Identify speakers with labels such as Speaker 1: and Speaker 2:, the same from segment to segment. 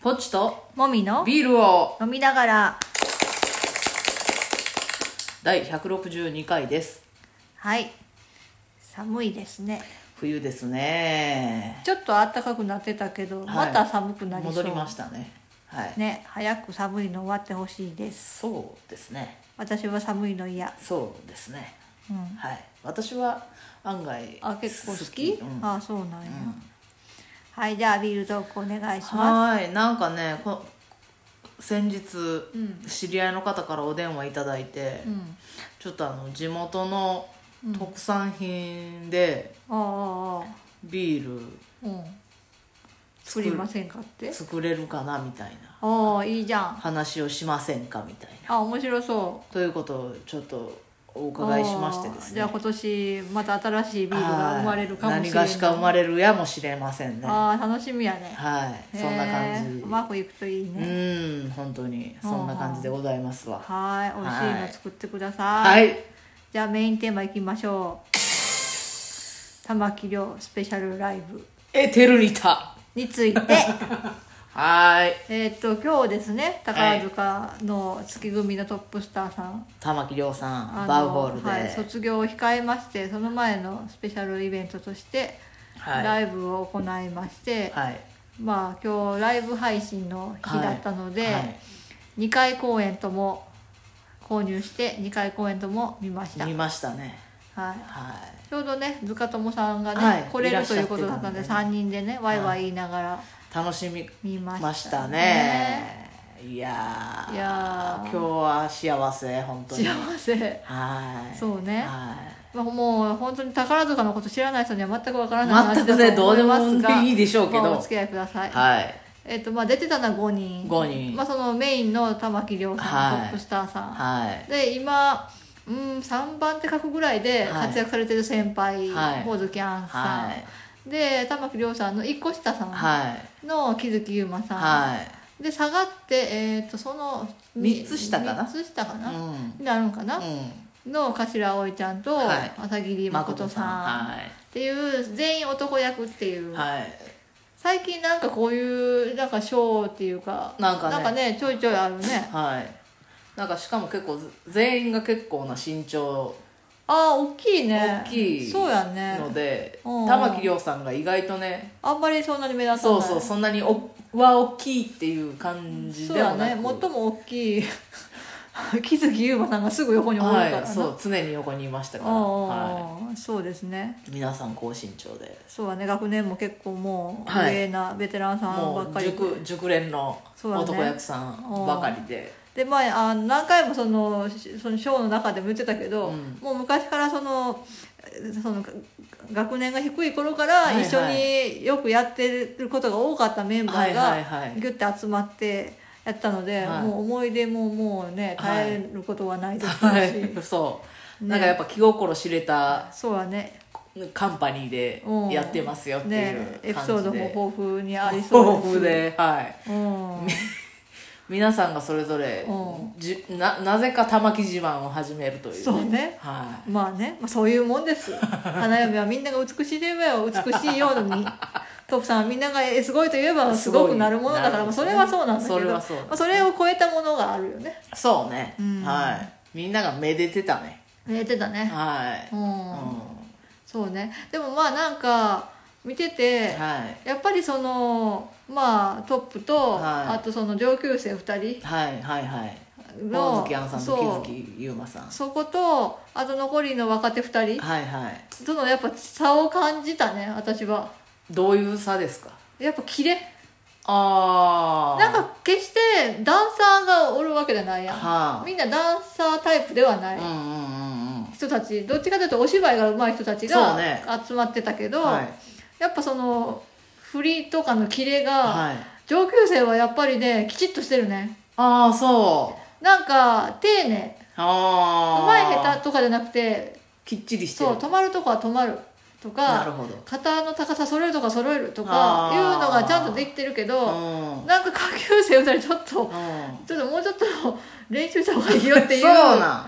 Speaker 1: ポチと
Speaker 2: もみの
Speaker 1: ビールを
Speaker 2: 飲みながら
Speaker 1: 第162回です
Speaker 2: はい寒いですね
Speaker 1: 冬ですね
Speaker 2: ちょっと暖かくなってたけど、また寒くなりそう
Speaker 1: 戻りましたねはい
Speaker 2: ね早く寒いの終わってほしいです
Speaker 1: そうですね
Speaker 2: 私は寒いの嫌
Speaker 1: そうですね
Speaker 2: うん
Speaker 1: はい私は案外
Speaker 2: あ結構好き
Speaker 1: うん
Speaker 2: あそうなんや、はいじゃあビールトークお願いしま
Speaker 1: はいなんかねこ先日、
Speaker 2: ん
Speaker 1: 知り合いの方からお電話いただいて、
Speaker 2: すうん
Speaker 1: ちょっとあの地元の特産品で
Speaker 2: ああああ
Speaker 1: ビール
Speaker 2: うん作りませんかって
Speaker 1: 作れるかなみたいな
Speaker 2: ああいいじゃん
Speaker 1: 話をしませんかみたいな
Speaker 2: あ面白そう
Speaker 1: ということをちょっとお伺いしましてです
Speaker 2: ああ
Speaker 1: ね
Speaker 2: じゃあ今年また新しいビールが生まれるかもしれない
Speaker 1: はい何がしか生まれるやもしれませんねは
Speaker 2: ああ楽しみやね
Speaker 1: いそんな感
Speaker 2: へ
Speaker 1: じ
Speaker 2: ーうまくいくといいね、
Speaker 1: うん本当にそんな感じでございますわ
Speaker 2: はーい美味しい
Speaker 1: は
Speaker 2: の
Speaker 1: い
Speaker 2: 作ってくださ、
Speaker 1: はいい
Speaker 2: じゃあメインテーマいきましょう玉木亮スペシャルライブ
Speaker 1: エテルリタ
Speaker 2: に ついて
Speaker 1: はい
Speaker 2: えーっと今日ですね宝塚の月組のトップスターさん、
Speaker 1: 玉木亮さ
Speaker 2: あ
Speaker 1: ん
Speaker 2: の
Speaker 1: バウホールで
Speaker 2: はい、卒業を控えましてその前のスペシャルイベントとして
Speaker 1: はい
Speaker 2: ライブを行いまして、
Speaker 1: はい
Speaker 2: まあ今日ライブ配信の日だったので、
Speaker 1: はい
Speaker 2: 2回公演とも購入して2回公演とも見ました、
Speaker 1: 見ましたね
Speaker 2: はい、
Speaker 1: はい
Speaker 2: ちょうどね塚友さんがね、
Speaker 1: はい
Speaker 2: 来れるということだったんで
Speaker 1: いらっしゃってた
Speaker 2: 3人でねワイワイ言いながら
Speaker 1: 楽しみ
Speaker 2: 見ました,、
Speaker 1: ましたねいやー
Speaker 2: いや
Speaker 1: 今
Speaker 2: ー
Speaker 1: 日は幸せ本当に
Speaker 2: 幸せ
Speaker 1: はい
Speaker 2: そうね
Speaker 1: はい
Speaker 2: まあもう本当に宝塚のこと知らない人には全くわからない
Speaker 1: 全くね
Speaker 2: だと思います
Speaker 1: どうでもいいでしょうけど
Speaker 2: まあお付き合いください、
Speaker 1: はい
Speaker 2: えっとまあ、出てたのは5人
Speaker 1: 五人
Speaker 2: まあ、そのメインの玉木亮さん、
Speaker 1: はい
Speaker 2: トップスターさん、
Speaker 1: はい
Speaker 2: で今うん3番って書くぐらいで
Speaker 1: はい
Speaker 2: 活躍されてる先輩、
Speaker 1: はい
Speaker 2: ホーズキャンさん、
Speaker 1: はい
Speaker 2: で玉木亮さんの一個下さん
Speaker 1: はい
Speaker 2: の木月優馬さん、
Speaker 1: は
Speaker 2: で下がって、えー、とその
Speaker 1: 三つ下かな
Speaker 2: 3つ下か
Speaker 1: い
Speaker 2: な、
Speaker 1: うん
Speaker 2: になるんかな、
Speaker 1: う
Speaker 2: の頭葵ちゃんと
Speaker 1: はい
Speaker 2: 朝霧
Speaker 1: ん
Speaker 2: 誠さん、っていう全員男役っていう、
Speaker 1: はいはい
Speaker 2: 最近なんかこういうなんかショーっていうか
Speaker 1: なんかね
Speaker 2: ちょいちょいあるね
Speaker 1: はいなんかしかも結構全員が結構な身長
Speaker 2: ああ大きいね
Speaker 1: 大きい
Speaker 2: そうやね
Speaker 1: ので
Speaker 2: うん
Speaker 1: 玉木亮さんが意外とね
Speaker 2: あんまりそんなに目立たない
Speaker 1: そうそうそんなにおは大きいっていう感じ
Speaker 2: そう
Speaker 1: では
Speaker 2: や
Speaker 1: な
Speaker 2: ね
Speaker 1: く
Speaker 2: 最も大きい木月優馬さんがすぐ横におるからな、
Speaker 1: はいそう常に横にいました
Speaker 2: あ
Speaker 1: から
Speaker 2: あ、
Speaker 1: は
Speaker 2: そうですね
Speaker 1: い、皆さん高身長で
Speaker 2: そうだね学年も結構もう
Speaker 1: はい
Speaker 2: 上なベテランさんば
Speaker 1: も
Speaker 2: っか
Speaker 1: う
Speaker 2: りで、
Speaker 1: 熟熟練の
Speaker 2: そうだね
Speaker 1: 男役さんばかりで
Speaker 2: でまああ何回もそのしそのショーの中でも言ってたけど、
Speaker 1: うん
Speaker 2: もう昔からそのえそのが学年が低い頃か
Speaker 1: はい
Speaker 2: ら
Speaker 1: はい
Speaker 2: 一緒によくやってることが多かったメンバ
Speaker 1: は
Speaker 2: ー
Speaker 1: いはい
Speaker 2: が
Speaker 1: はい
Speaker 2: ギュッて集まってやったので、
Speaker 1: はい
Speaker 2: もう思い出ももうね
Speaker 1: はい
Speaker 2: 耐えることはないですし、
Speaker 1: はい そう、
Speaker 2: ね
Speaker 1: なんかやっぱ気心知れた
Speaker 2: そうはね
Speaker 1: カンパニーで
Speaker 2: うん
Speaker 1: やってますよっていう感
Speaker 2: ね
Speaker 1: じで、
Speaker 2: エピソードも豊富にありそ
Speaker 1: 豊
Speaker 2: うです
Speaker 1: 富で、はい、
Speaker 2: うん、
Speaker 1: 皆さんがそれぞれ
Speaker 2: う
Speaker 1: じななぜか玉木自慢を始めるという、
Speaker 2: そうね
Speaker 1: は
Speaker 2: まあね、まあ、そういうもんですよ花嫁はみんなが美しいと言えば美しいよう にトップさんはみんながえすごいと言えばすごくなるものだからまあ
Speaker 1: す
Speaker 2: そ
Speaker 1: ごい
Speaker 2: れはそうなんだけど
Speaker 1: それはそうなん
Speaker 2: まあ、それを超えたものがあるよね
Speaker 1: い、そうね、
Speaker 2: うん
Speaker 1: はい、みんながめでてたね、
Speaker 2: 言ってたね
Speaker 1: はい、う
Speaker 2: う、
Speaker 1: んん、
Speaker 2: そうねでもまあなんか見てて
Speaker 1: はい、
Speaker 2: やっぱりそのまあトップと、
Speaker 1: はい
Speaker 2: あとその上級生2
Speaker 1: はい、はい、はい、
Speaker 2: 人
Speaker 1: 大
Speaker 2: の
Speaker 1: 月杏さん
Speaker 2: そ
Speaker 1: と
Speaker 2: う
Speaker 1: 木月優馬さん、
Speaker 2: そことあと残りの若手2人
Speaker 1: はい、はい、
Speaker 2: とのやっぱ差を感じたね私は
Speaker 1: どういう差ですか？
Speaker 2: やっぱキレ
Speaker 1: ああ、
Speaker 2: なんか決してダンサーがおるわけじゃないやん、
Speaker 1: はあ
Speaker 2: みんなダンサータイプではない
Speaker 1: うんうんうんうん、
Speaker 2: 人たちどっちかというとお芝居が上手い人たち
Speaker 1: そう
Speaker 2: が
Speaker 1: ね
Speaker 2: 集まってたけど、
Speaker 1: はい、
Speaker 2: やっぱその振りとかのキレが
Speaker 1: はい、
Speaker 2: 上級生はやっぱりねきちっとしてるね
Speaker 1: ああ、そう。
Speaker 2: なんか丁寧
Speaker 1: あ
Speaker 2: 上手い
Speaker 1: あ
Speaker 2: 下手とかじゃなくて
Speaker 1: きっちりしてる
Speaker 2: そう止まるとこは止まると
Speaker 1: なる
Speaker 2: か
Speaker 1: ほど
Speaker 2: 肩の高さ揃えるとか揃えるとか
Speaker 1: あー
Speaker 2: いうのがちゃんとできてるけど
Speaker 1: うんうん
Speaker 2: なんか下級生2人ちょっとちょっともうちょっと練習した方がいいよっていう
Speaker 1: そうなん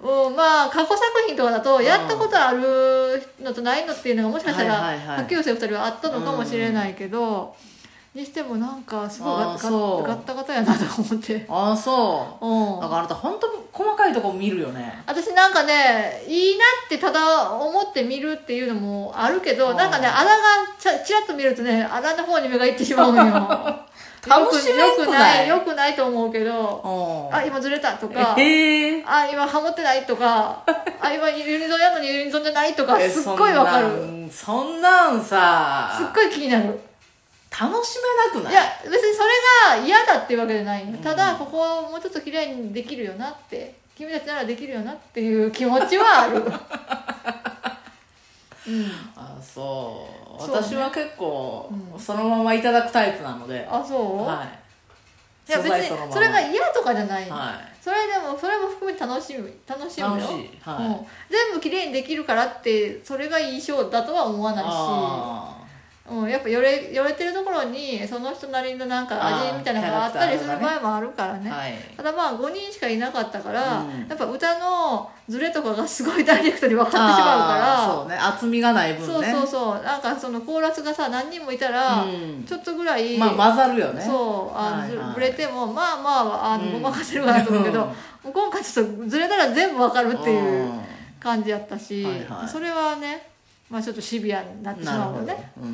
Speaker 2: うんまあ過去作品とかだとやったことあるのとないのっていうのがもしかしたら
Speaker 1: はいはいはい
Speaker 2: 下級生2人はあったのかもしれないけど、にしてもなんかすごい
Speaker 1: あ
Speaker 2: ガ
Speaker 1: ーそう
Speaker 2: ッガッタガタやなと思って
Speaker 1: ああそううんだからあなた本当に細かいとこ見るよね
Speaker 2: 私なんかねいいなってただ思って見るっていうのもあるけ
Speaker 1: あ
Speaker 2: ど
Speaker 1: ー
Speaker 2: なんかねあらがちゃちらっと見るとねあらの方に目がいってしまうのよ
Speaker 1: 楽しめんくない
Speaker 2: よくよくないと思うけど
Speaker 1: うん
Speaker 2: あ今ずれたとか
Speaker 1: ええ
Speaker 2: あ今ハモってない とかあ今ユニゾンやのにユニゾンじゃないとか
Speaker 1: え
Speaker 2: すっごいわかる
Speaker 1: そんなんそんなん
Speaker 2: すっ
Speaker 1: さ
Speaker 2: ごい気になる
Speaker 1: 楽しめなくない
Speaker 2: いや別にそれが嫌だっていうわけじゃないよただここをもうちょっと綺麗にできるよなって君たちならできるよなっていう気持ちはあ るうん
Speaker 1: あそう
Speaker 2: そうね
Speaker 1: 私は結構
Speaker 2: うん
Speaker 1: そのままいただくタイプなので、
Speaker 2: あそう、
Speaker 1: はい
Speaker 2: い、や
Speaker 1: 素
Speaker 2: 別
Speaker 1: 材
Speaker 2: に
Speaker 1: そのまま
Speaker 2: それが嫌とかじゃない、
Speaker 1: は
Speaker 2: それでもそれも含めて楽しむ楽し
Speaker 1: い
Speaker 2: むよ
Speaker 1: 楽しいはい、
Speaker 2: うん、全部綺麗にできるからってそれがいいショーだとは思わないし
Speaker 1: あ
Speaker 2: うん、やっぱよれよれてるところにその人なりのなんか味みたいなのがあ
Speaker 1: あー
Speaker 2: ったりす
Speaker 1: キャラ
Speaker 2: る
Speaker 1: クタ
Speaker 2: 場合もあるからね
Speaker 1: ーはい
Speaker 2: ただまあ5人しかいなかったから、
Speaker 1: うん
Speaker 2: やっぱ歌のズレとかがすごいダイレクトに分かってし
Speaker 1: あー
Speaker 2: ま
Speaker 1: そうね厚みがない分
Speaker 2: うから
Speaker 1: ね
Speaker 2: そう,、そうそうなんかそのコーラスがさ何人もいたら、
Speaker 1: うん
Speaker 2: ちょっとぐらい、
Speaker 1: まあ混ざるよね
Speaker 2: そうあの、
Speaker 1: はいはい
Speaker 2: ずれてもまあまああの
Speaker 1: うん
Speaker 2: ごまかせるかなと思うけど、
Speaker 1: うん
Speaker 2: もう今回ちょっとずれたら全部分かるっていう
Speaker 1: うん
Speaker 2: 感じやったし、
Speaker 1: はいはい
Speaker 2: それはね、まあ、ちょっとシビアになってし
Speaker 1: なる
Speaker 2: ま
Speaker 1: ほ
Speaker 2: うも
Speaker 1: ど
Speaker 2: んね。
Speaker 1: ねう
Speaker 2: う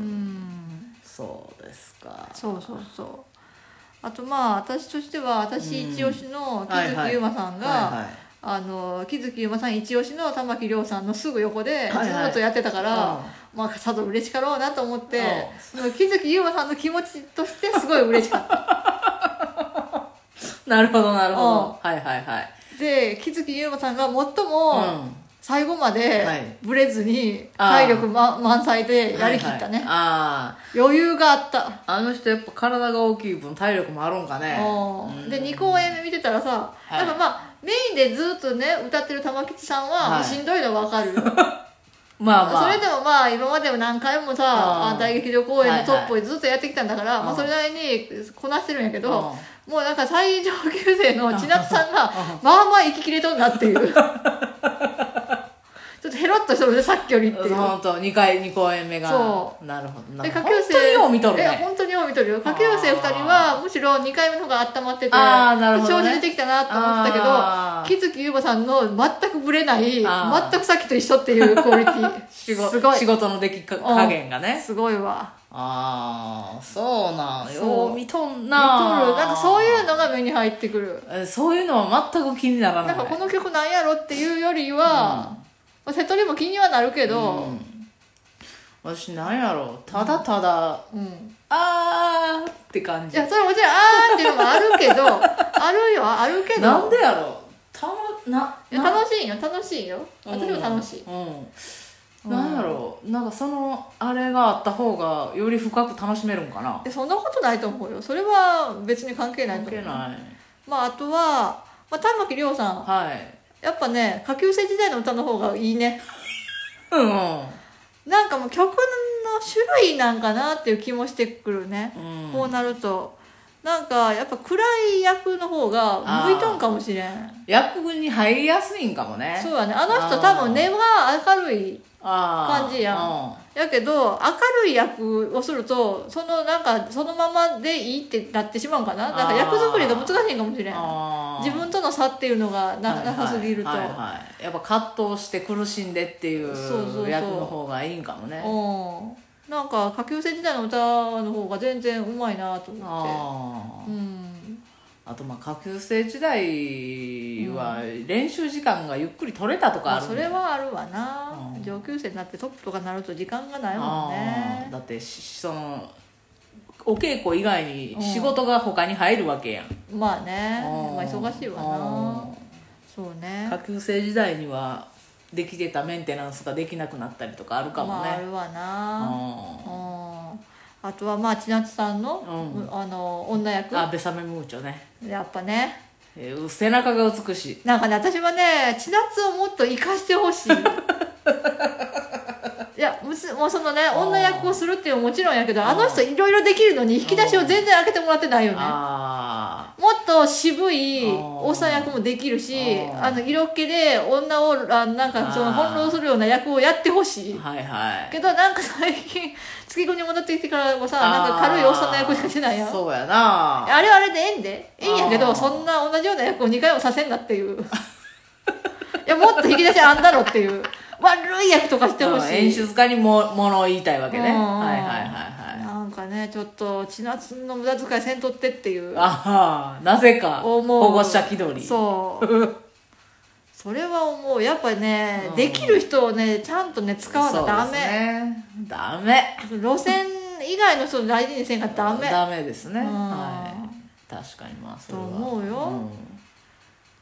Speaker 2: んん
Speaker 1: そうですか
Speaker 2: そうそうそうあとまあ私としては私一押しの木
Speaker 1: はいは
Speaker 2: 月
Speaker 1: い
Speaker 2: 優馬さんが、
Speaker 1: は
Speaker 2: あの木月優馬さん一押しの玉木亮さんのすぐ横でず
Speaker 1: はいはい
Speaker 2: っとやってたか
Speaker 1: い
Speaker 2: ら、
Speaker 1: は
Speaker 2: まあさぞ嬉しかろうなと思って、
Speaker 1: うん
Speaker 2: その木月優馬さんの気持ちとしてすごい嬉 しかった
Speaker 1: いなるほどなるほ
Speaker 2: うん
Speaker 1: どはいはいはい
Speaker 2: で木月優馬さんが最も
Speaker 1: うん
Speaker 2: 最後まで
Speaker 1: はい
Speaker 2: ブレずに
Speaker 1: あー
Speaker 2: 体力ま満載でやりきった
Speaker 1: はいは
Speaker 2: ね、
Speaker 1: いあ
Speaker 2: 余裕があった、
Speaker 1: ああの人やっぱ体が大きい分体力もあるんかね
Speaker 2: うん
Speaker 1: うん
Speaker 2: で2公演目見てたらさ、
Speaker 1: はい
Speaker 2: なんかまあメインでずっとね歌ってる玉吉さんは
Speaker 1: はい
Speaker 2: も
Speaker 1: う
Speaker 2: しんどいの分 かるよ、
Speaker 1: まあまあ
Speaker 2: それでもまあ今までも何回も
Speaker 1: う
Speaker 2: さ
Speaker 1: ん
Speaker 2: 大劇場公演のトップ
Speaker 1: は
Speaker 2: をずっとやってきたんだから、ま
Speaker 1: う
Speaker 2: あ、
Speaker 1: ん
Speaker 2: それなりにこなしてるんやけど、
Speaker 1: うん
Speaker 2: もうなんか最上級生の千夏さんがまあまあ息切れとんなっ ていうちょっとヘロッとしてるねさっきよりっていう。
Speaker 1: 本当二回二公演目が
Speaker 2: そ
Speaker 1: なるほどな
Speaker 2: で
Speaker 1: る
Speaker 2: 下
Speaker 1: ほ
Speaker 2: 級
Speaker 1: ど本
Speaker 2: 生
Speaker 1: 当によう見とる
Speaker 2: え
Speaker 1: ね
Speaker 2: 本当によう見とるよ下級生2人はむしろ2回目の方が温まってて
Speaker 1: あーなるほどね
Speaker 2: ちょっと生じてきたなと思って
Speaker 1: あー
Speaker 2: たけど木月優馬さんの全くぶれない
Speaker 1: あー
Speaker 2: 全くさっきと一緒っていうクオリティ
Speaker 1: 仕事
Speaker 2: すごい
Speaker 1: 仕事の出来か加減がね
Speaker 2: すごいわ
Speaker 1: ああそうなん
Speaker 2: そう
Speaker 1: よう見とん
Speaker 2: 見と
Speaker 1: な
Speaker 2: るなんかそういうのが目に入ってくる
Speaker 1: えそういうのは全く気になら
Speaker 2: な
Speaker 1: ない
Speaker 2: んかこの曲なんやろっていうよりは、まあ、瀬戸にも気にはなるけ
Speaker 1: う
Speaker 2: ど
Speaker 1: ん私なんやろうただただ、
Speaker 2: うん、
Speaker 1: あーって感
Speaker 2: い
Speaker 1: じ
Speaker 2: やそれもちろんあーっていうのもあるけどあるよあるけど
Speaker 1: なんでやろうたまない
Speaker 2: や
Speaker 1: な
Speaker 2: 楽しいよ楽しいよ私も楽しい、
Speaker 1: うん、なんやろうなんかそのあれがあった方がより深く楽しめるんかな
Speaker 2: えそんなことないと思うよそれは別に関係ない
Speaker 1: 関
Speaker 2: と思
Speaker 1: 係
Speaker 2: う
Speaker 1: ない
Speaker 2: まああとは、まあ、玉木亮さん
Speaker 1: はい
Speaker 2: やっぱね下級生時代の歌の方がいいね
Speaker 1: う
Speaker 2: なんかもう曲の種類なんかなっていう気もしてくるね、
Speaker 1: んうん
Speaker 2: こうなるとなんかやっぱ暗い役の方が向いとんかもしれん
Speaker 1: 役に入りやすいんかもね
Speaker 2: そうやねあの人
Speaker 1: あー
Speaker 2: 多分根は明るい
Speaker 1: あー
Speaker 2: 感じやん
Speaker 1: うん
Speaker 2: やけど明るい役をするとそのなんかそのままでいいってなってしまうんかななんか役作りが難しいんかもしれん
Speaker 1: あー
Speaker 2: 自分との差っていうのがななさすぎると、
Speaker 1: はいはいはいはいやっぱ葛藤して苦しんでっていう
Speaker 2: そうそうそう
Speaker 1: 役の方がいいんかもね
Speaker 2: うんなんか下級生時代の歌の方が全然うまいなと思
Speaker 1: あ
Speaker 2: っ
Speaker 1: あ
Speaker 2: てうん
Speaker 1: あとまあ下級生時代は練習時間がゆっくり取れたとか
Speaker 2: ま
Speaker 1: あ
Speaker 2: あ
Speaker 1: る
Speaker 2: そ
Speaker 1: んだ
Speaker 2: れ
Speaker 1: よ
Speaker 2: はあるわな
Speaker 1: うん
Speaker 2: 上級生になってトップとかになると時間がないもん
Speaker 1: あー
Speaker 2: ね
Speaker 1: だってしそのお稽古以外に仕事が他に入るわけやん
Speaker 2: まあね
Speaker 1: うん
Speaker 2: まあ忙しいわなそうね
Speaker 1: 下級生時代にはできてたメンテナンスができなくなったりとかあるかも
Speaker 2: まああ
Speaker 1: ね、
Speaker 2: るわ
Speaker 1: あ
Speaker 2: なうんあとはまあ千夏さんの,、
Speaker 1: う
Speaker 2: あの女役
Speaker 1: あベサメムーチョね、
Speaker 2: やっぱね
Speaker 1: えー背中が美しい
Speaker 2: なんかね私はね千夏をもっと生かしてほしいいやむすもうそのね
Speaker 1: ー
Speaker 2: 女役をするっていうのももちろんやけどあ
Speaker 1: あー
Speaker 2: の人いろいろできるのに引き出しを全然開けてもらってないよねも
Speaker 1: あ
Speaker 2: っと渋い
Speaker 1: あー
Speaker 2: おっさん役もできるし
Speaker 1: あー
Speaker 2: あの色気で女をあなんかその
Speaker 1: あー
Speaker 2: 翻弄するような役をやってほし
Speaker 1: あ
Speaker 2: い
Speaker 1: はいはい
Speaker 2: けどなんか最近月子に戻ってきてからもさなんか軽いおっさんの役しかしてないやん
Speaker 1: あーそうやな
Speaker 2: あれはあれでええんでええんやけ
Speaker 1: あ
Speaker 2: ど
Speaker 1: ー
Speaker 2: そんな同じような役を2回もさせんなっていう いやもっと引き出しあんだろっていう悪い役とかしてほ
Speaker 1: う
Speaker 2: し
Speaker 1: ん
Speaker 2: い
Speaker 1: 演出家にも物を言いたいわけねはい
Speaker 2: うん
Speaker 1: はいはいはい
Speaker 2: なんかねちょっと千夏の無駄遣いせんとってっていう
Speaker 1: ああなぜか
Speaker 2: 思
Speaker 1: 保
Speaker 2: う
Speaker 1: 護者気取り
Speaker 2: そう それは思うやっぱね、
Speaker 1: うん
Speaker 2: できる人をねちゃんとね使わなダ
Speaker 1: そうで
Speaker 2: メ、
Speaker 1: すねダメ
Speaker 2: 路線以外の人を大事にせんかダメ
Speaker 1: ですね
Speaker 2: うん
Speaker 1: はい確かにまあそれは
Speaker 2: と思うよ
Speaker 1: ん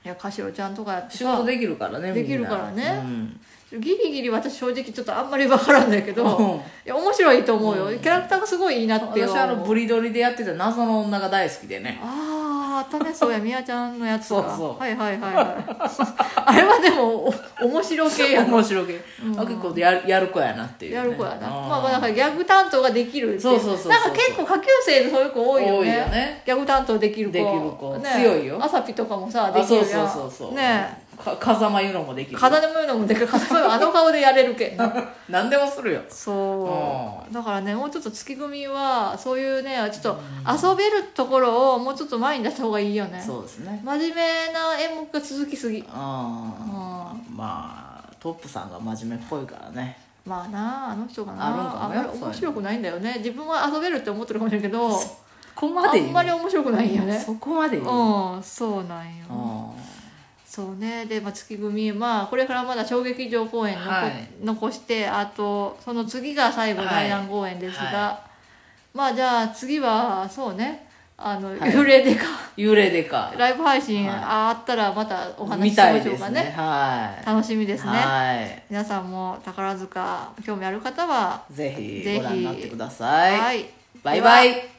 Speaker 2: いやかしろちゃんとかやって
Speaker 1: 仕
Speaker 2: さ
Speaker 1: 事できるからね
Speaker 2: できる
Speaker 1: みんな
Speaker 2: からね
Speaker 1: うん
Speaker 2: ギリギリ私正直ちょっとあんまり分からんだ けど
Speaker 1: うん
Speaker 2: いや面白いと思うよ、
Speaker 1: うん
Speaker 2: キャラクターがすごいいいなっていう
Speaker 1: 私あのブリドリでやってた謎の女が大好きでね
Speaker 2: あーあったねそうやみやちゃんのやつか
Speaker 1: そうそう
Speaker 2: はいはいはいはい あれはでもお 面白系やな
Speaker 1: 面白げ
Speaker 2: うん
Speaker 1: あ結構やるやる子やなっていうね
Speaker 2: やる子やな、
Speaker 1: うん
Speaker 2: まあまあなんかギャグ担当ができるってい
Speaker 1: そうそうそうそう
Speaker 2: なんか結構下級生のそういう子多いよね
Speaker 1: 多いよね
Speaker 2: ギャグ担当できる子
Speaker 1: できる子
Speaker 2: ね、
Speaker 1: 強いよ
Speaker 2: 朝日とかもさ
Speaker 1: あ
Speaker 2: できる
Speaker 1: そ
Speaker 2: や
Speaker 1: うんそうそうそう
Speaker 2: ね
Speaker 1: か風間ゆのもでき
Speaker 2: え
Speaker 1: る
Speaker 2: 風でもいいのもでかい風もあの顔でやれるけ んな
Speaker 1: 何でもするよ
Speaker 2: そううだからねもうちょっと月組はそういうねちょっと遊べるところをもうちょっと前に出した方がいいよね
Speaker 1: そうですね
Speaker 2: 真面目な演目が続きすぎうん
Speaker 1: あ
Speaker 2: ま
Speaker 1: ーまあトップさんが真面目っぽいからね
Speaker 2: あなああの人がな
Speaker 1: あるんかもね
Speaker 2: あんまり面白くないんだよね自分は遊べるって思ってるかもしれんけど
Speaker 1: ここ ま
Speaker 2: あ
Speaker 1: で
Speaker 2: んまり面白くないよね
Speaker 1: そこまでうん
Speaker 2: うんそうなんよそうねで、まあ、月組まあこれからまだ小劇場公演残,、
Speaker 1: はい
Speaker 2: 残してあとその次が最後
Speaker 1: はい
Speaker 2: 大団公演ですが、
Speaker 1: は
Speaker 2: まあじゃあ次はそうねあの、
Speaker 1: はい
Speaker 2: 幽霊でか
Speaker 1: 幽霊でか
Speaker 2: ライブ配信
Speaker 1: はい
Speaker 2: あったらまたお話
Speaker 1: 見
Speaker 2: ししま
Speaker 1: た
Speaker 2: し
Speaker 1: い
Speaker 2: ょう
Speaker 1: で
Speaker 2: か
Speaker 1: す
Speaker 2: ね
Speaker 1: ねはい
Speaker 2: 楽しみですね、
Speaker 1: は
Speaker 2: 皆さんも宝塚興味ある方はい
Speaker 1: ぜひ
Speaker 2: ぜひ
Speaker 1: ご覧になってください
Speaker 2: い
Speaker 1: バイバ
Speaker 2: では
Speaker 1: イ